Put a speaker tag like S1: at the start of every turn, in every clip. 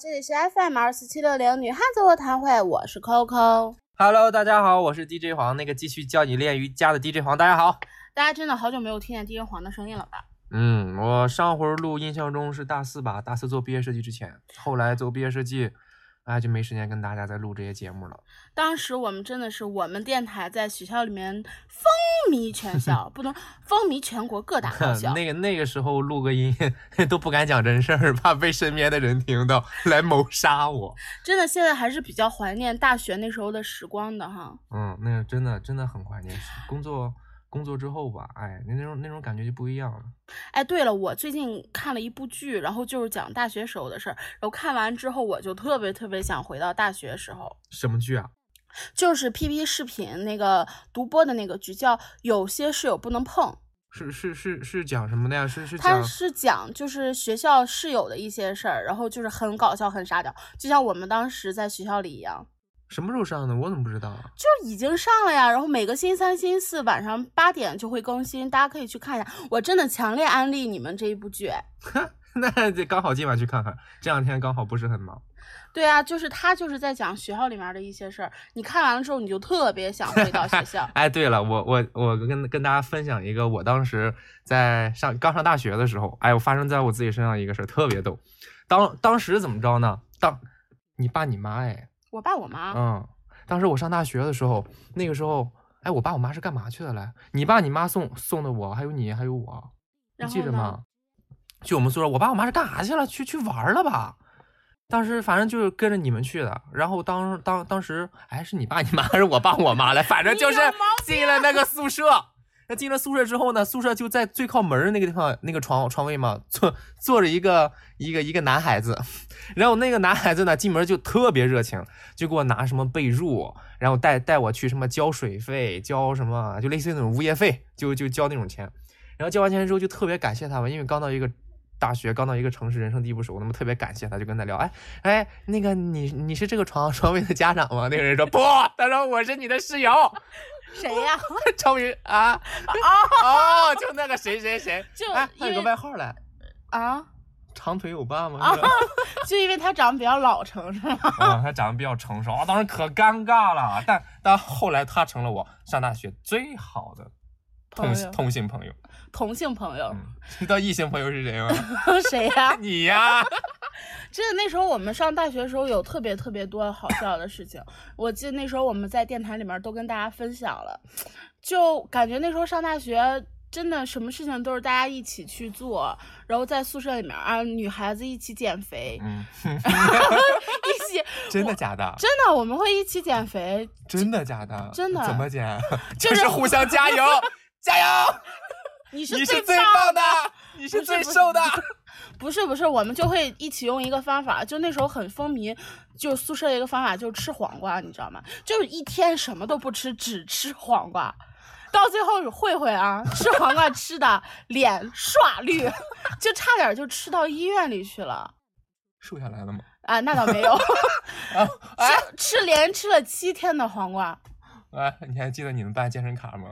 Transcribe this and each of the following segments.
S1: 这里是 FM 二四七六零女汉子卧谈会，我是 Coco。
S2: Hello，大家好，我是 DJ 黄，那个继续教你练瑜伽的 DJ 黄，大家好。
S1: 大家真的好久没有听见 DJ 黄的声音了吧？
S2: 嗯，我上回录印象中是大四吧，大四做毕业设计之前，后来做毕业设计，哎，就没时间跟大家再录这些节目了。
S1: 当时我们真的是我们电台在学校里面风靡全校，不能风靡全国各大高校。
S2: 那个那个时候录个音 都不敢讲真事儿，怕被身边的人听到来谋杀我。
S1: 真的现在还是比较怀念大学那时候的时光的哈。
S2: 嗯，那个真的真的很怀念工作。工作之后吧，哎，那那种那种感觉就不一样了。
S1: 哎，对了，我最近看了一部剧，然后就是讲大学时候的事儿。然后看完之后，我就特别特别想回到大学时候，
S2: 什么剧啊？
S1: 就是 PP 视频那个独播的那个剧，叫《有些室友不能碰》。
S2: 是是是是讲什么的呀？是是
S1: 它
S2: 讲
S1: 是讲就是学校室友的一些事儿，然后就是很搞笑、很傻屌，就像我们当时在学校里一样，
S2: 什么时候上的？我怎么不知道啊？
S1: 就已经上了呀。然后每个星期三、星期四晚上八点就会更新，大家可以去看一下。我真的强烈安利你们这一部剧。
S2: 那得刚好今晚去看看，这两天刚好不是很忙。。
S1: 对啊，就是他就是在讲学校里面的一些事儿，你看完了之后，你就特别想回到学校
S2: 哎，对了，我我我跟跟大家分享一个我当时在上刚上大学的时候，哎，我发生在我自己身上一个事儿，特别逗。当当时怎么着呢？当你爸你妈哎，
S1: 我爸我妈，
S2: 嗯，当时我上大学的时候，那个时候，哎，我爸我妈是干嘛去的来？你爸你妈送送的我，还有你，还有我，你
S1: 然
S2: 记
S1: 后
S2: 着
S1: 呢
S2: 吗？去我们宿舍，我爸我妈是干啥去了？去去玩儿了吧？当时反正就是跟着你们去的，然后当当当时，哎，是你爸你妈还是我爸我妈来？反正
S1: 你
S2: 就
S1: 有
S2: 是
S1: 毛
S2: 进了那个宿舍。那进了宿舍之后呢，宿舍就在最靠门儿那个地方，那个床床位嘛，坐坐着一个一个一个男孩子， 然后那个男孩子呢进门就特别热情，就给我拿什么被褥，然后带带我去什么交水费，交什么就类似于那种物业费，就就交那种钱。然后交完钱之后就特别感谢他们，因为刚到一个大学，刚到一个城市，人生地不熟，那么特别感谢他，就跟他聊，哎哎，那个你你是这个床床位的家长吗？那个人说不，他说我是你的室友。
S1: 谁呀、
S2: 终于啊哦就那个谁谁谁，
S1: 就
S2: 哎，还
S1: 因
S2: 有
S1: 为
S2: 个外号嘞，
S1: 啊？
S2: 长腿欧巴吗？
S1: 啊
S2: 是吧
S1: 就因为他长得比较老成是吗？
S2: 啊，他长得比较成熟啊，当时可尴尬了。啊但但后来他成了我上大学最好的同
S1: 朋友
S2: 同性 朋友。
S1: 同性朋友，
S2: 嗯，知道异性朋友是谁吗？
S1: 谁呀、
S2: 你呀、
S1: 真的，那时候我们上大学的时候有特别特别多好笑的事情。我记得那时候我们在电台里面都跟大家分享了，就感觉那时候上大学真的什么事情都是大家一起去做，然后在宿舍里面啊，女孩子一起减肥，
S2: 嗯，
S1: 一起
S2: 真的假的？
S1: 真的我们会一起减肥，
S2: 真的假的？
S1: 真的
S2: 怎么减？
S1: 就
S2: 就是是互相 加油，加油！
S1: 你是
S2: 你
S1: 最
S2: 是最棒的，你
S1: 不
S2: 是
S1: 是
S2: 最
S1: 不是
S2: 瘦的。
S1: 不是不是，我们就会一起用一个方法，就那时候很风靡，就宿舍一个方法就是吃黄瓜，你知道吗？就是一天什么都不吃，只吃黄瓜。到最后，慧慧啊， 吃黄瓜吃的脸刷绿，就差点就吃到医院里去了
S2: 瘦下来了吗？
S1: 啊！那倒没有，
S2: 啊，哎
S1: 吃吃连吃了七天的黄瓜。
S2: 哎，你还记得你们办健身卡吗？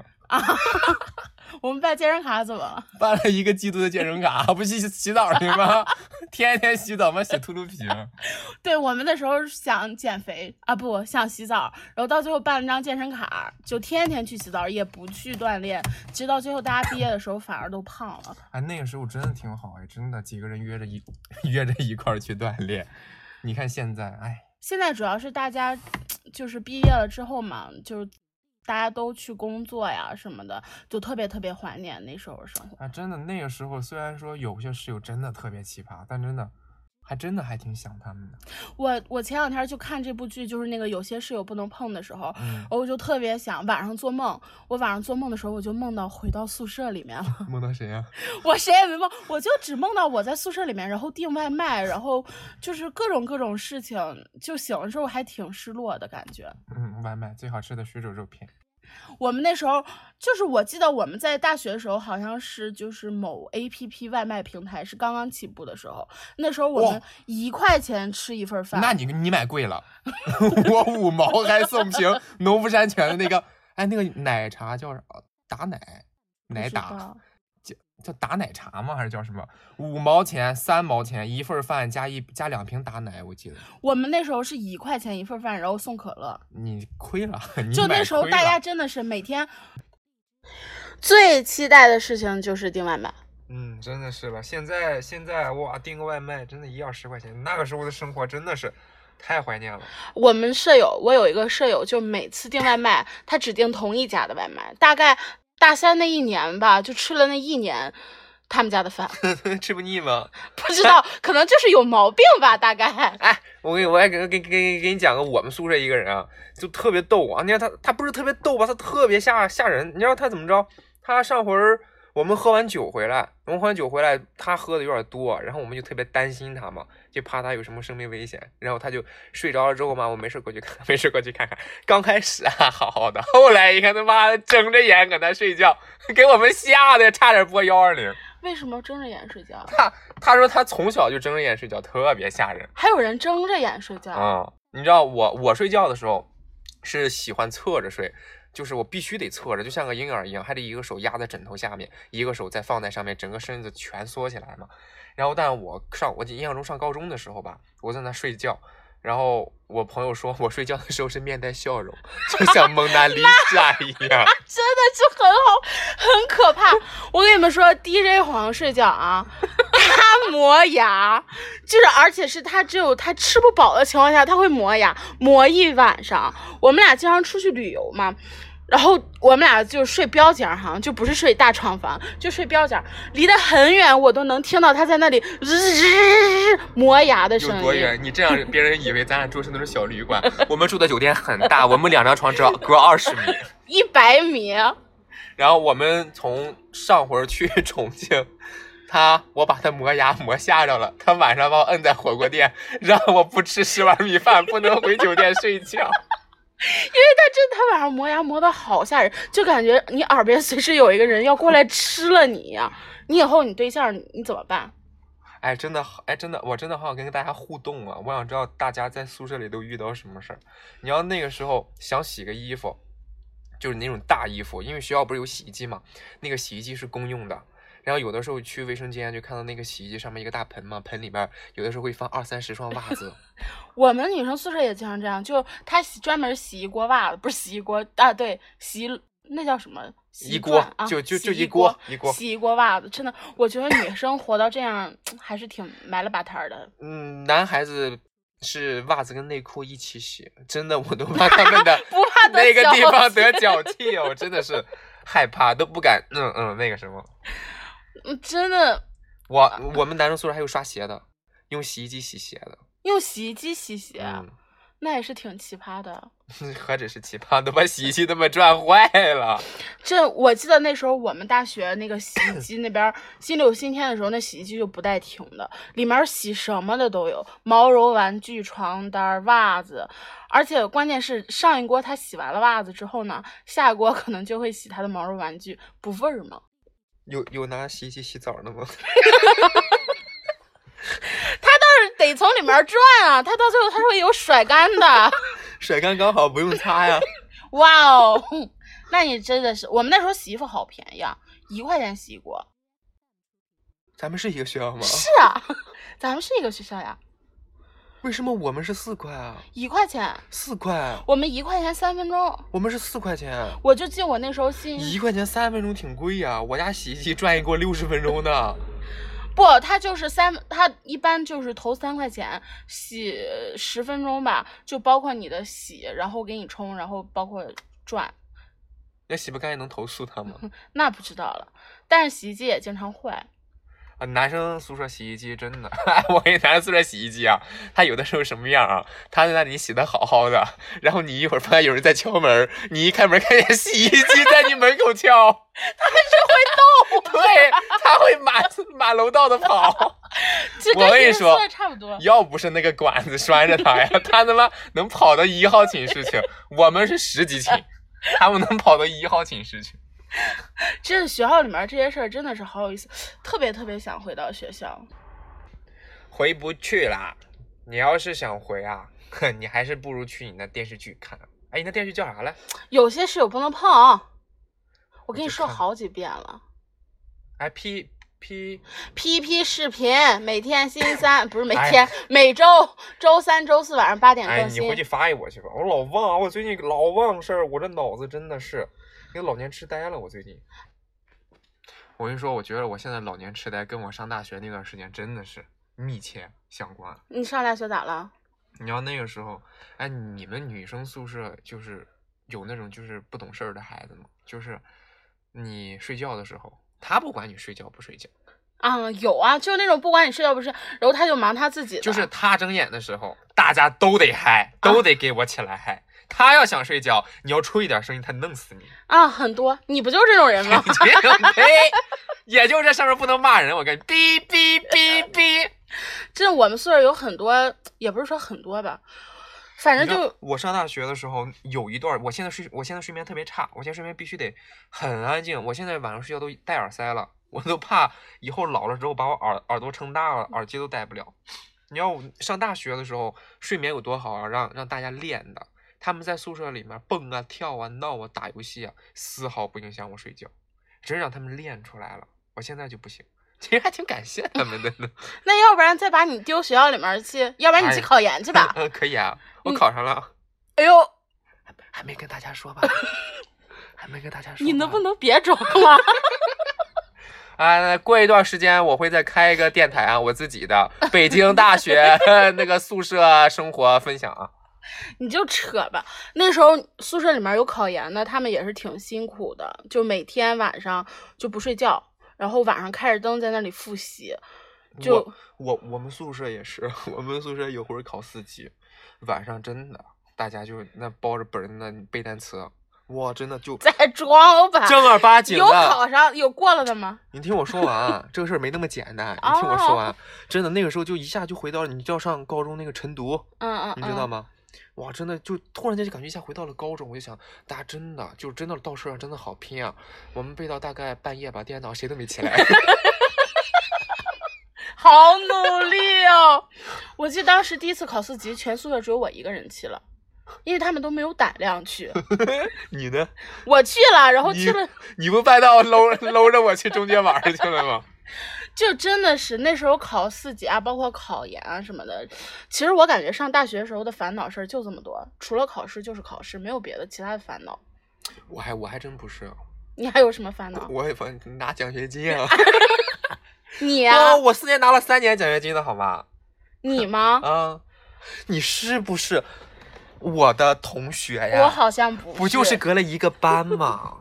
S1: 我们办健身卡怎么了？
S2: 办了一个季度的健身卡，不是洗洗澡去吗？ 天天洗澡吗？洗秃噜皮吗？
S1: 对我们那时候想减肥啊，不想洗澡，然后到最后办了张健身卡，就天天去洗澡，也不去锻炼，直到最后大家毕业的时候反而都胖了。
S2: 哎，那个时候真的挺好哎，真的几个人约着一 约着一块儿去锻炼。你看现在，哎，
S1: 现在主要是大家就是毕业了之后嘛，就是大家都去工作呀什么的，就特别特别怀念那时候的生活。
S2: 啊，真的那个时候，虽然说有些室友真的特别奇葩，但真的还真的还挺想他们的。
S1: 我我前两天就看这部剧，就是那个有些室友不能碰的时候，
S2: 嗯，
S1: 我就特别想晚上做梦。我晚上做梦的时候，我就梦到回到宿舍里面了。
S2: 梦到谁啊呀、
S1: 我谁也没梦，我就只梦到我在宿舍里面，然后订外卖，然后就是各种各种事情，就醒了之后还挺失落的感觉。
S2: 嗯，外卖最好吃的水煮肉片。
S1: 我们那时候就是我记得我们在大学的时候，好像是就是某 A P P 外卖平台是刚刚起步的时候，那时候我们
S2: 哇
S1: 一块钱吃一份饭，
S2: 那你你买 贵了，我五毛还送瓶农夫山泉的那个，哎，那个奶茶叫啥？打奶，奶
S1: 不知
S2: 打
S1: 道。
S2: 叫
S3: 叫打奶茶吗？还是叫什么？五毛钱、三毛钱一份饭加一加两瓶打奶，我记得
S1: 我们那时候是一块钱一份饭，然后送可乐。
S3: 你亏了， 你
S1: 就
S3: 嗯买
S1: 那时候
S3: 亏
S1: 大
S3: 了
S1: 家真的是每天最期待的事情就是订外卖。
S2: 嗯，真的是了。现在现在哇，订个外卖真的一二十块钱，那个时候的生活真的是太怀念了。
S1: 我们舍友，我有一个舍友，就每次订外卖，他只订同一家的外卖，大概大三那一年吧，就吃了那一年他们家的饭，
S2: 吃不腻吗？
S1: 不知道可能就是有毛病吧，大概。
S2: 哎，我给我还给给给给你讲个我们宿舍一个人啊，就特别逗啊。你看他他不是特别逗吧，他特别吓吓人。你知道他怎么着？他上回儿我们喝完酒回来，我们喝完酒回来，他喝的有点多，然后我们就特别担心他嘛，就怕他有什么生命危险。然后他就睡着了之后嘛，我没事过去看， 没事过去看看。刚开始啊，好好的，后来一看他妈的睁着眼搁那睡觉，给我们吓得差点拨幺二零。
S1: 为什么睁着眼睡觉？
S2: 他他说他从小就睁着眼睡觉，特别吓人。
S1: 还有人睁着眼睡觉？
S2: 啊、你知道我我睡觉的时候是喜欢侧着睡，就是我必须得侧着，就像个婴儿一样，还得一个手压在枕头下面，一个手再放在上面，整个身子蜷缩起来嘛。然后，但我上我印象中上高中的时候吧，我在那睡觉。然后我朋友说，我睡觉的时候是面带笑容，就像蒙娜丽莎一样。
S1: 真的是很好，很可 怕。我跟你们说，DJ 黄睡觉啊，他磨牙，就是而且是他只有他吃不饱的情况下，他会磨牙，磨一晚上。我们俩经常出去旅游嘛。然后我们俩就睡标间儿哈，就不是睡大床房，就睡标间儿，离得很远，我都能听到他在那里日日日磨牙的声
S2: 有
S1: 音。
S2: 多远？你这样别人以为咱俩住的是那种小旅馆，我们住的酒店很大，我们两张床只要隔二十米。
S1: 一百米。
S2: 然后我们从上回去重庆，他我把他磨牙磨吓着了，他晚上把我摁在火锅店，让我不吃十碗米饭，不能回酒店睡觉。
S1: 因为他真的，他晚上磨牙磨的好吓人，就感觉你耳边随时有一个人要过来吃了你一样。 你以后你对象你怎么办？
S2: 哎，真的好，哎，真的，我真的好想跟大家互动啊！我想知道大家在宿舍里都遇到什么事儿。你要那个时候想洗个衣服，就是那种大衣服，因为学校不是有洗衣机嘛，那个洗衣机是公用的。然后有的时候去卫生间就看到那个洗衣机上面一个大盆嘛，盆里边儿有的时候会放二三十双袜子。
S1: 我们女生宿舍也经常这样，就他洗专门洗一锅袜子，不是洗一锅啊，对，洗那叫什么？洗
S2: 一
S1: 衣
S2: 锅
S1: 砖啊，
S2: 就就
S1: 洗
S2: 就
S1: 衣
S2: 一锅一锅
S1: 洗一锅袜子，真的，我觉得女生活到这样还是挺埋了吧摊儿的。
S2: 嗯，男孩子是袜子跟内裤一起洗，真的我都怕他们的
S1: 不怕得
S2: 那个地
S1: 脚
S2: 方得
S1: 气
S2: 脚气哦，我真的是害怕都不敢，嗯嗯，那个什么，
S1: 嗯，真的啊
S2: 我我们男生宿舍还有刷鞋的，用洗衣机洗鞋的，
S1: 用洗衣机洗鞋，
S2: 嗯，
S1: 那也是挺奇葩的。
S2: 何止是奇葩，都把洗衣机他妈转坏了，
S1: 这我记得那时候我们大学那个洗衣机那边儿新六新天的时候，那洗衣机就不带停的，里面洗什么的都有，毛绒玩具、床单儿、袜子，而且关键是上一锅他洗完了袜子之后呢，下一锅可能就会洗他的毛绒玩具，不味儿吗？
S2: 有有拿洗衣机洗澡的吗？
S1: 他倒是得从里面转啊，他到最后他是会有甩干的。
S2: 甩干刚好不用擦呀，
S1: 哇哦， 那你真的是，我们那时候洗衣服好便宜啊，一块钱洗一锅。
S2: 咱们是一个学校吗？
S1: 是啊， 咱们是一个学校呀，
S2: 为什么我们是四块啊？
S1: 一块钱。
S2: 四块，啊
S1: 我们一块钱三分钟，
S2: 我们是四块钱。啊
S1: 我就记我那时候新
S2: 一块钱三分钟挺贵呀、我家洗衣机转一锅六十分钟呢。
S1: 不，他就是三，他一般就是投三块钱洗十分钟吧，就包括你的洗，然后给你冲，然后包括转，
S2: 要洗不干净能投诉他吗？
S1: 那不知道了。但是洗衣机也经常坏，
S2: 啊，男生宿舍洗衣机真的， 哎，我给男生宿舍洗衣机啊，他有的时候什么样啊？他在那里洗的好好的，然后你一会儿发现有人在敲门，你一开门看见洗衣机在你门口敲，他是会动，对，他会满满楼道的跑。
S1: 这
S2: 我跟你
S1: 跟宿
S2: 说
S1: 舍差不多。
S2: 要不是那个管子拴着他呀，他他妈能跑到一号寝室去。我们是十几寝，他们能跑到一号寝室去。
S1: 这学校里面这些事儿真的是好有意思，特别特别想回到学校。
S2: 回不去啦。你要是想回啊， 哼，你还是不如去你那电视剧看。哎，你那电视剧叫啥来？
S1: 有些室友不能碰啊，我跟你
S2: 去
S1: 说
S2: 看
S1: 好几遍了，
S2: 哎 P P
S1: P P 视频，每天星期三不是每天，每周周三、周四晚上八点
S2: 哎，
S1: 更
S2: 你
S1: 新。
S2: 回去发给我去吧，我老忘，我最近老忘事儿，我这脑子真的是给老年痴呆了。我最近，我跟你说，我觉得我现在老年痴呆跟我上大学那段时间真的是密切相关。
S1: 你上大学咋了？
S2: 你要那个时候，哎，你们女生宿舍就是有那种就是不懂事儿的孩子吗？就是你睡觉的时候，他不管你睡觉不睡觉，
S1: 啊，有啊，就是那种不管你睡觉不睡，然后他就忙他自己的。
S2: 就是他睁眼的时候，大家都得嗨，都得给我起来嗨。他要想睡觉，你要出一点声音，他弄死你。
S1: 啊，很多，你不就是这种人吗？
S2: 这种呸，也就这上面不能骂人，我跟你哔哔哔哔。
S1: 真的，我们宿舍有很多，也不是说很多吧，反正
S2: 你知道
S1: 就
S2: 我上大学的时候有一段，我现在睡，我现在睡眠特别差，我现在睡眠必须得很安静。我现在晚上睡觉都戴耳塞了，我都怕以后老了之后把我耳耳朵撑大了，耳机都戴不了。你要我上大学的时候睡眠有多好啊，让让大家练的。他们在宿舍里面蹦啊、跳啊、闹啊、打游戏啊，丝毫不影响我睡觉，真让他们练出来了。我现在就不行， 其实还挺感谢他们的呢。
S1: 那要不然再把你丢学校里面去，要不然你去
S2: 哎
S1: 考研去吧。
S2: 嗯， 可以啊，我
S1: 嗯
S2: 考上了，
S1: 哎呦，
S2: 还还没跟大家 说吧，还没跟大家说吧。
S1: 你能不能别装了？
S2: 啊？那过一段时间我会再开一个电台啊，我自 己的北京大学那个宿舍生活分享啊。
S1: 你就扯吧。那时候宿舍里面有考研的，他们也是挺辛苦的，就每天晚上就不睡觉，然后晚上开着灯在那里复习。就
S2: 我我我们宿舍也是，我们宿舍有会儿考四级，晚上真的大家就那抱着本儿那背单词，哇，真的就
S1: 在装吧，
S2: 正儿八经的
S1: 有考啊上有过了的吗？
S2: 你听我说完啊，这个事儿没那么简单。你听我说
S1: 哦
S2: 完，真的那个时候就一下就回到了你就要上高中那个晨读，
S1: 嗯嗯，
S2: 你知道
S1: 嗯？
S2: 吗？哇，真的就突然间就感觉一下回到了高中，我就想，大家真的就真的到社上真的好拼啊！我们背到大概半夜吧，第二天早上谁都没起来。
S1: 好努力哦！ 我记得当时第一次考四级，全宿舍只有我一个人去了。因为他们都没有胆量去，
S2: 你呢？
S1: 我去了，然后
S2: 你
S1: 去了，
S2: 你不半道搂搂着我去中间玩儿去了吗？
S1: 就真的是那时候考四级啊，包括考研啊什么的。其实我感觉上大学时候的烦恼事儿就这么多，除了考试就是考试，没有别的其他的烦恼。
S2: 我还我还真不是，
S1: 你还有什么烦 恼？
S2: 我我拿奖学金啊！
S1: 你呀、
S2: 哦，我四年拿了三年奖学金的好吗？
S1: 你 吗？
S2: 啊，你是不是我的同学哎呀？
S1: 我好像不
S2: 不就是隔了一个班吗？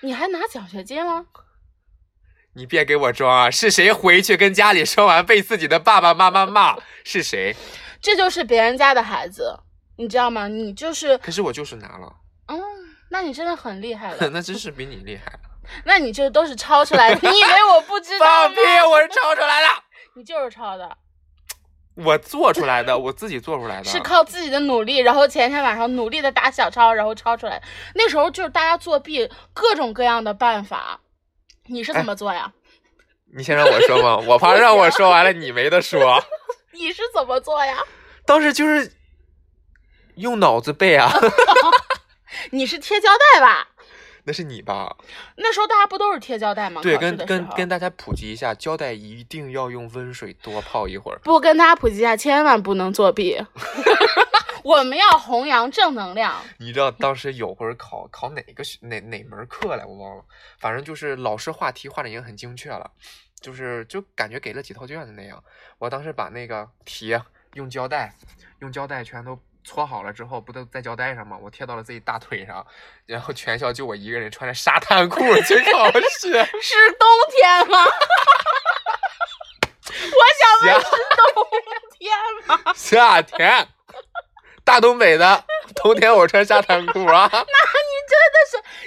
S1: 你还拿奖学金了？
S2: 你别给我装啊！是谁回去跟家里说完被自己的爸爸妈妈骂？是谁？
S1: 这就是别人家的孩子，你知道吗？你就是，
S2: 可是我就是拿了，
S1: 嗯，那你真的很厉害了，
S2: 那真是比你厉害。
S1: 那你就都是抄出来的。你以为我不知道
S2: 放
S1: 吗
S2: 屁！！哦我是抄出来的，
S1: 你就是抄的，
S2: 我做出来的，我自己做出来的。
S1: 是靠自己的努力，然后前天晚上努力的打小抄，然后抄出来。那时候就是大家作弊各种各样的办法，你
S2: 哎
S1: 是怎么做呀？
S2: 你先让我说嘛，我怕让我说完了你没得说。
S1: 你是怎么做呀？
S2: 当时就是用脑子 背啊，
S1: 你是贴胶带吧？
S2: 那是你吧？
S1: 那时候大家不啊都是贴胶带吗？
S2: 对，
S1: 考试
S2: 跟
S1: 的时
S2: 跟
S1: 候
S2: 跟大家普及一下，胶带一定要用温水多泡一会儿。
S1: 不跟大家普及一下，千万不能作弊。 我们要弘扬正能 量。
S2: 你知道当时有会儿考考哪个学哪哪门儿课来，我忘了，反正就是老师画题画的已经很精确了，就是就感觉给了几套卷子那样。我当时把那个题啊用胶带，用胶带全都搓好了之后，不都在胶带上吗？我贴到了自己大腿上，然后全校就我一个人穿着沙滩裤儿去考试。
S1: 是冬天吗？ 我想问
S2: 行
S1: 是冬天吗？
S2: 夏天，大东北的冬天我穿沙滩裤啊。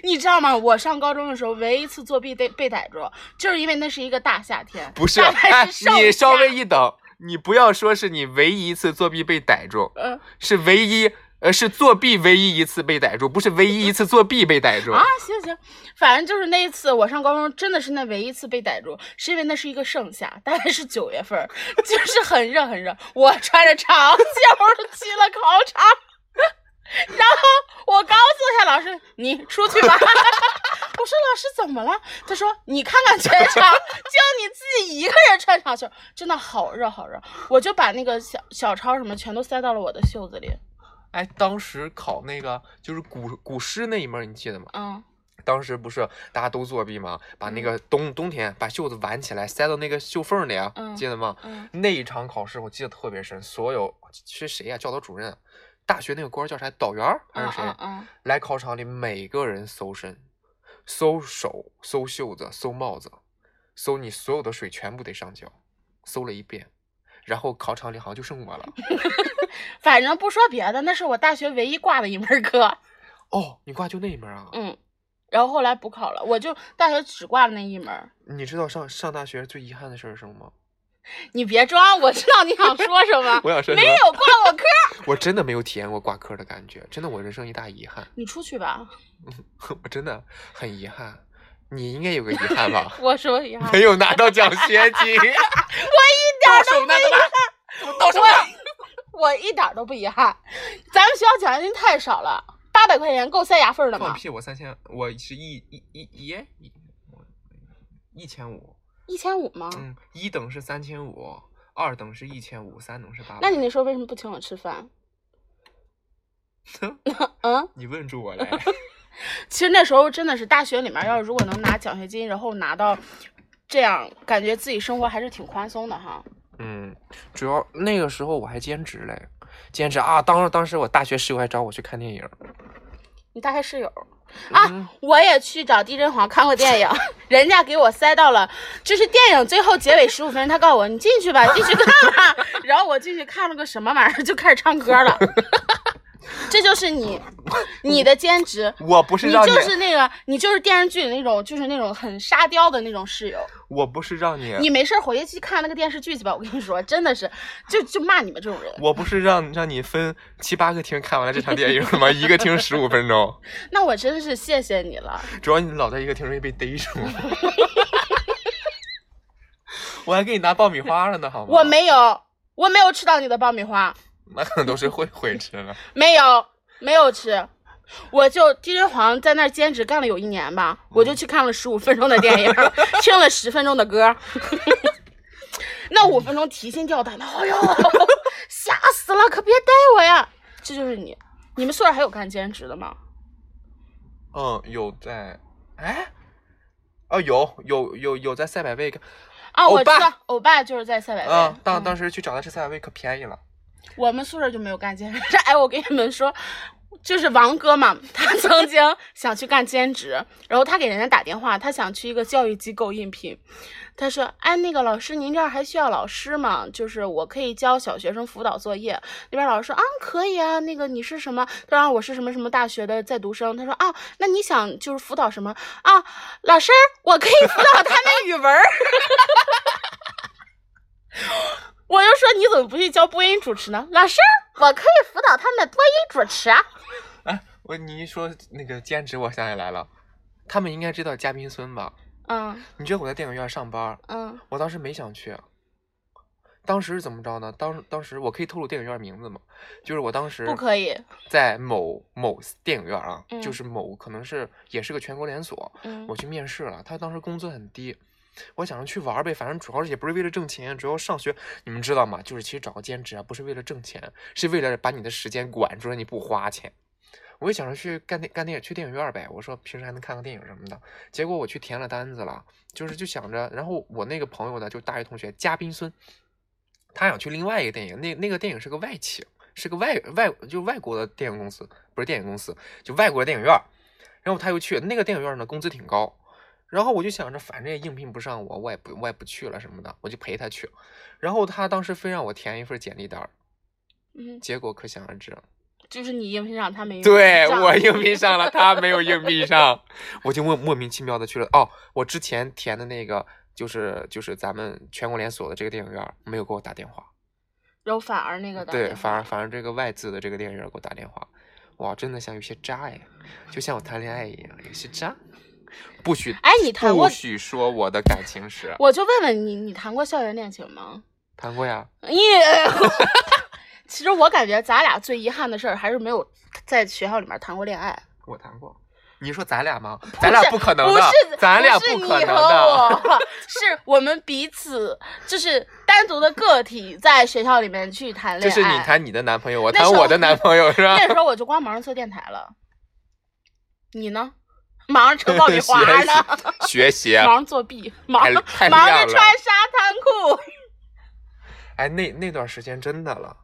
S1: 你知道吗？我上高中的时候，唯一一次作弊被被逮住，就是因为那是一个大夏天，
S2: 不是，
S1: 大概
S2: 哎，
S1: 是盛
S2: 你稍
S1: 夏
S2: 微一等，你不要说是你唯一一次作弊被逮住，
S1: 嗯
S2: 是唯一，呃，是作弊唯一一次被逮住，不是唯一一次作弊被逮住。
S1: 啊，行行，反正就是那一次，我上高中真的是那唯一一次被逮住，是因为那是一个盛夏，大概是九月份儿， 就是很热很热。我穿着长袖儿去了考场， 然后我高速一下老师，你出去吧。 我说老师怎么了？他说你看看全场，就你自己一个人穿长袖，真的好热好热。我就把那个小小抄什么全都塞到了我的袖子里。
S2: 哎，当时考那个就是古古诗那一门，你记得吗？
S1: 嗯，
S2: 当时不是大家都作弊吗？把那个冬冬天把袖子挽起来塞到那个袖缝里啊，
S1: 嗯
S2: 记得吗？
S1: 嗯
S2: 那一场考试我记得特别深，所有是谁呀、教导主任，大学那个官儿叫啥？导员儿还
S1: 嗯
S2: 是谁？
S1: 嗯嗯，
S2: 来考场里每个人搜身、搜手、搜袖子、搜帽子、搜你所有的水全部得上交，搜了一遍，然后考场里好像就剩我了。
S1: 反正不说别的，那是我大学唯一挂的一门课。
S2: 哦，你挂就那一门啊？
S1: 嗯，然后后来补考了，我就大学只挂了那一门。
S2: 你知道上上大学最遗憾的事是什么吗？。
S1: 你别装，我知道你想说什么
S2: 我想说什么
S1: 没有挂我 科。
S2: 我真的没有体验过挂科的感觉，真的，我人生一大遗憾，
S1: 你出去 吧，？
S2: 我真的很遗憾。你应该有个遗憾吧
S1: 我说一下。
S2: 没有拿到奖学金，我一点都没遗憾。我到手拿
S1: 我一点都不遗憾，咱们学校奖学金太少了，八百块钱够塞牙缝儿的
S2: 放
S1: 吗？
S2: 屁！我三千，我是一一一一一一千五，
S1: 一千五吗？
S2: 嗯，一等是三千五，二等是一千五，三等是八百。
S1: 那你那时候为什么不请我吃饭？嗯，
S2: 你问 住我了，
S1: 其实那时候真的是大学里面，要是如果能拿奖学金，然后拿到这样，感觉自己生活还是挺宽松的哈。
S2: 嗯，主要那个时候我还兼职嘞，兼职啊，当当时我大学室友还找我去看电影，
S1: 你大概室友啊，
S2: 嗯
S1: 我也去找地震黄看过电影， 人家给我塞到了，就是电影最后结尾十五分钟，他告诉我你进去吧，进去看吧， 然后我进去看了个什么玩意儿，就开始唱歌了。 这就是 你，你的兼职，
S2: 我不是
S1: 你
S2: 让你，
S1: 就是那个，你就是电视剧里那种，就是那种很沙雕的那种室友。
S2: 我不是让你，
S1: 你没事儿回去看那个电视剧去吧，我跟你说，真的是，就就骂你们这种人。
S2: 我不是让让你分七八个厅看完了这场电影的吗？一个厅十五分钟，
S1: 那我真是谢谢你了。
S2: 主要你老在一个厅容易被逮住。 我还给你拿爆米花了呢，好吗？
S1: 我没有，我没有吃到你的爆米花。
S2: 那可能都是会会吃了。
S1: 没有，没有吃。我就地震黄在那儿兼职干了有一年吧，我
S2: 嗯
S1: 就去看了十五分钟的电影， 听了十分钟的歌， 那五分钟提心吊胆的，哎呦， 吓死了！可别逮我呀！这就是你，你们宿舍还有干兼职的吗？
S2: 嗯，有在，哎，哦，有有有有在赛百味，
S1: 啊，
S2: 欧
S1: 我知
S2: 巴
S1: 道，欧巴就是在赛百味。嗯
S2: 啊，当当时去找他吃赛百味可便宜了。
S1: 我们宿舍就没有干兼职。 哎，我跟你们说，就是王哥嘛，他曾经想去干兼职，然后他给人家打电话，他想去一个教育机构应聘。他说：“哎，那个老师，您这儿还需要老师吗？就是我可以教小学生辅导作业。”那边老师说：“啊，可以啊。那个你是什么？”他说啊：“我是什么什么大学的在读生。”他说：“啊，那你想就是辅导什么啊？老师，我可以辅导他们语文儿。” 我就说你怎么不去教播音主持呢？老师，我可以辅导他们的播音主持啊。
S2: 哎，我你一说那个兼职，我想起来了，他们应该知道嘉宾孙吧？
S1: 嗯
S2: 你知道我在电影院上班，
S1: 嗯
S2: 我当时没想去。啊当时是怎么着呢？当当时我可以透露电影院名字吗？就是我当时
S1: 不可以
S2: 在某某电影院啊，
S1: 嗯
S2: 就是某可能是也是个全国连锁，
S1: 嗯
S2: 我去面试了，他当时工资很低，我想着去玩儿呗，反正主要是也不是为了挣钱，主要上学，你们知道吗？就是其实找个兼职啊，不是为了挣钱，是为了把你的时间管住，让你不花钱。我就想着去干电干电影去电影院儿呗，我说平时还能看个电影什么的。结果我去填了单子了，就是就想着，然后我那个朋友呢，就大学同学嘉宾孙，他想去另外一个电影，那那个电影是个外企，是个外外就外国的电影公司，不是电影公司，就外国的电影院儿。然后他又去那个电影院呢，工资挺高。然后我就想着，反正也应聘不上我，我也不我也不去了什么的，我就陪他去。然后他当时非让我填一份简历单儿，
S1: 嗯，
S2: 结果可想而知，
S1: 就是你应聘上他没有。
S2: 对我应聘上了，他没有应聘 上，我就莫莫名其妙的去了。哦，我之前填的那个就是就是咱们全国连锁的这个电影院没有给我打电话，
S1: 然后反而那个的。
S2: 对，反而反而这个外资的这个电影院给我打电话，哇，真的像有些渣哎，就像我谈恋爱一样，有些渣，不许
S1: 哎你谈过
S2: 不许说我的感情史，
S1: 我就问问你，你谈过校园恋情吗？
S2: 谈过呀，
S1: 耶、 其实我感觉咱俩最遗憾的事儿还是没有在学校里面谈过恋爱。
S2: 我谈过，你说咱俩吗？咱俩不可能
S1: 不
S2: 的
S1: 是，，
S2: 咱俩
S1: 不是
S2: 可能
S1: 你和
S2: 的。
S1: 我，是我们彼此就是单独的个体在学校里面去谈
S2: 这
S1: 恋爱。
S2: 是你谈你的男朋友，我
S1: 那
S2: 谈
S1: 时候
S2: 我的男朋友是吧？
S1: 那时候我就光忙着做电台了，你呢？忙着 扯爆米花呢，
S2: 学习。
S1: 忙着作弊，忙
S2: 太
S1: 着
S2: 太
S1: 忙
S2: 亮
S1: 着
S2: 了
S1: 穿沙滩裤。
S2: 哎，那那段时间真的了，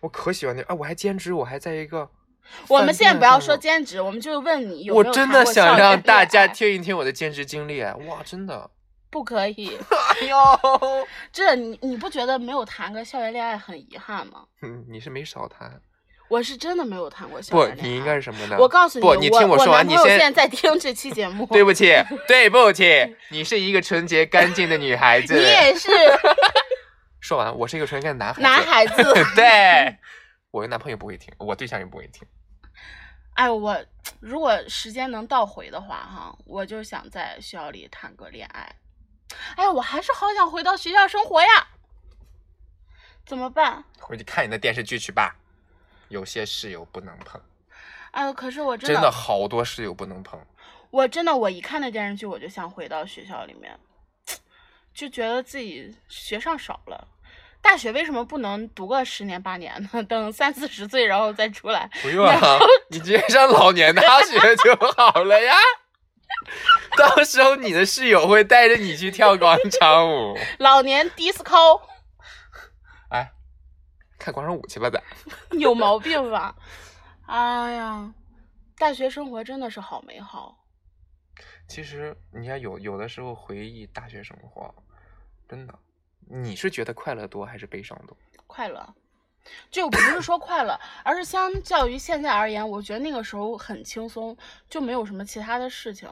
S2: 我可喜欢那啊！我还兼职，我还在一个
S1: 我们现在不要说兼
S2: 兼。
S1: 职，我们就问你有没
S2: 我
S1: 有
S2: 真
S1: 谈
S2: 的
S1: 过
S2: 想
S1: 校园
S2: 让
S1: 恋
S2: 大家
S1: 爱，
S2: 听一听我的兼职经历，哎哇，真的，
S1: 不可 以。
S2: 哎呦，
S1: 这你你不觉得没有谈个校园恋爱很遗憾吗？
S2: 嗯你是没少谈，
S1: 我是真的没有谈过校
S2: 不
S1: 园，恋爱。
S2: 你应该是什么呢？
S1: 我告诉你，
S2: 不，你听
S1: 我
S2: 说完，
S1: 男
S2: 你
S1: 朋友现在
S2: 先，
S1: 在听这期节目，
S2: 对不起，对不起，你是一个纯洁干净的女孩子
S1: 你。也是
S2: 说完，我是一个纯洁的男孩子。
S1: 男孩子。
S2: 对，我的男朋友不会听，我对象也不会听。
S1: 哎，我如果时间能倒回的话，哈，我就想在学校里谈个恋爱。哎，我还是好想回到学校生活呀，怎么办？
S2: 回去看你的电视剧去吧，有些室友不能碰，
S1: 哎呦，可是我真
S2: 真
S1: 的，
S2: 的好多室友不能碰。
S1: 我真的，我一看那电视剧，我就想回到学校里面，就觉得自己学上少了。大学为什么不能读个十年八年呢？等三四十岁然后再出来，
S2: 不用啊，你直接上老年大学就好了呀。 到时候你的室友会带着你去跳广场 舞，
S1: 老年 disco
S2: 哎，看广场舞去吧，咱
S1: 有毛病吧？ 哎呀，大学生活真的是好美好。
S2: 其实你看有有的时候回忆大学生活，真的，你是觉得快乐多还是悲伤多？
S1: 快乐，就不是说快乐，而是相较于现在而言，我觉得那个时候很轻松，就没有什么其他的事情。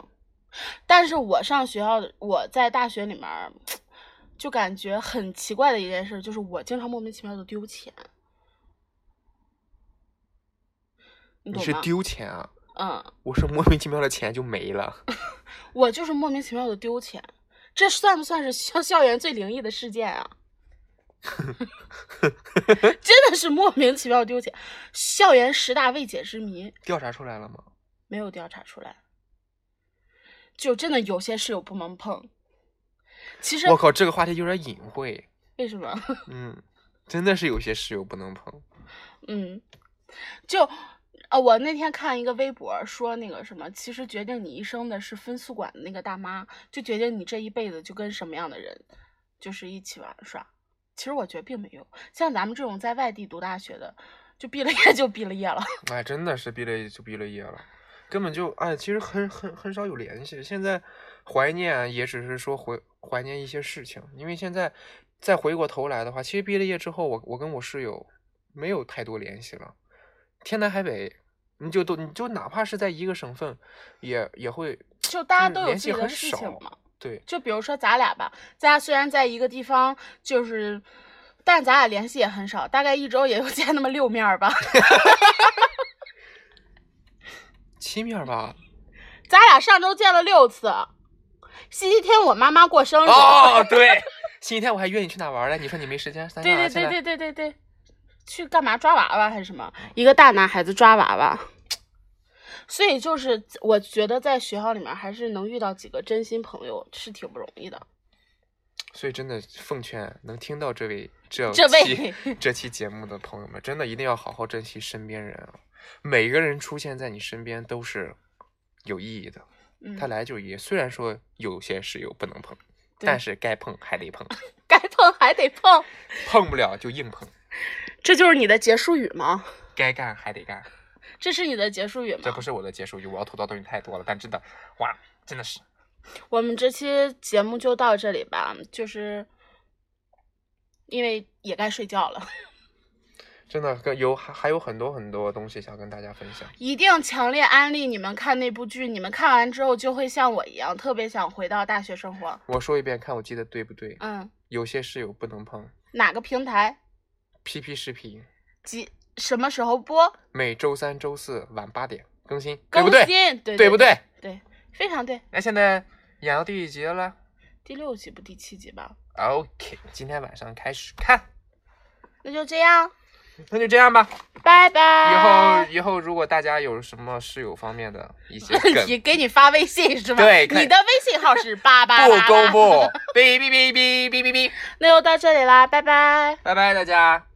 S1: 但是我上学校的，我在大学里面儿，就感觉很奇怪的一件事，就是我经常莫名其妙的丢钱，你
S2: 你
S1: 懂
S2: 是
S1: 吗？
S2: 丢钱啊？
S1: 嗯，
S2: 我是莫名其妙的钱就没 了。
S1: 我就是莫名其妙的丢钱，这算不算是校校园最灵异的事件啊？ 真的是莫名其妙丢钱，校园十大未解之谜
S2: 调查出来了吗？
S1: 没有调查出来，就真的有些室友不能碰。其实
S2: 我靠，这个话题有点隐晦。
S1: 为什么？
S2: 嗯，真的是有些室友不能碰。
S1: 嗯，就呃，我那天看一个微博说那个什么，其实决定你一生的是分宿管的那个大妈，就决定你这一辈子就跟什么样的人，就是一起玩耍。其实我觉得并没有，像咱们这种在外地读大学的，就毕了业就毕了业 了。
S2: 哎，真的是毕了业就毕了业了，根本就哎，其实很很很少有联系。现在怀念啊也只是说怀怀念一些事情，因为现在再回过头来的话，其实毕了业之后，我我跟我室友没有太多联系了，天南海北，你就都你就哪怕是在一个省份，也也会
S1: 就大家
S2: 嗯
S1: 都有
S2: 联
S1: 自
S2: 系
S1: 己的
S2: 很
S1: 事
S2: 少
S1: 情嘛。
S2: 对
S1: 就比如说咱俩吧，咱俩虽然在一个地方，就是，但咱俩联系也很少，大概一周也就见那么六面儿吧。
S2: 七面儿 吧。
S1: 咱俩上周见了六次。星期天我妈妈过生日，
S2: 哦，对， 星期天我还约你去哪玩儿来，你说你没时间，咱
S1: 对对
S2: 俩去
S1: 对
S2: 来
S1: 对对对对，去干嘛抓娃娃还是什么？一个大男孩子抓娃娃，所以就是我觉得在学校里面还是能遇到几个真心朋友是挺不容易的。
S2: 所以真的奉劝能听到这位这
S1: 这
S2: 期
S1: 位
S2: 这期节目的朋友们，真的一定要好好珍惜身边人啊！每个人出现在你身边都是有意义的，
S1: 嗯，
S2: 他来就有意义。虽然说有些室友不能碰，
S1: 对
S2: 但是该碰还得 碰，
S1: 该碰还得碰，
S2: 碰不了就硬碰，
S1: 这就是你的结束语吗？
S2: 该干还得干。
S1: 这是你的结束语吗？
S2: 这不是我的结束语，我要吐槽东西太多了，但真的，哇，真的是
S1: 嗯我们这期节目就到这里吧，就是因为也该睡觉了。
S2: 真的跟有还还有很多很多东西想跟大家分享。
S1: 一定强烈安利你们看那部剧，你们看完之后就会像我一样，特别想回到大学生活。
S2: 我说一遍，看我记得对不对？
S1: 嗯，
S2: 有些室友不能碰
S1: 哪个平台？
S2: ，PP 视频。
S1: 几什么时候播？
S2: 每周三、周四晚八点更新，对
S1: 更
S2: 不
S1: 新？对对
S2: 对？对不对？
S1: 对，非常对。
S2: 那现在演到第几集了
S1: 第六集不第七集吧？
S2: ？OK，今天晚上开始看，
S1: 那就这样，
S2: 那就这样吧。
S1: 拜
S2: 以
S1: 拜。
S2: 后以后如果大家有什么室友方面的一 些
S1: 你
S2: 梗，
S1: 给你发微信是吧？
S2: 对可以
S1: 你的微信号是八八
S2: 不
S1: 八
S2: 公
S1: 八。
S2: 布，哔哔哔哔哔哔哔，
S1: 那就到这里啦，拜拜。
S2: 拜拜大家。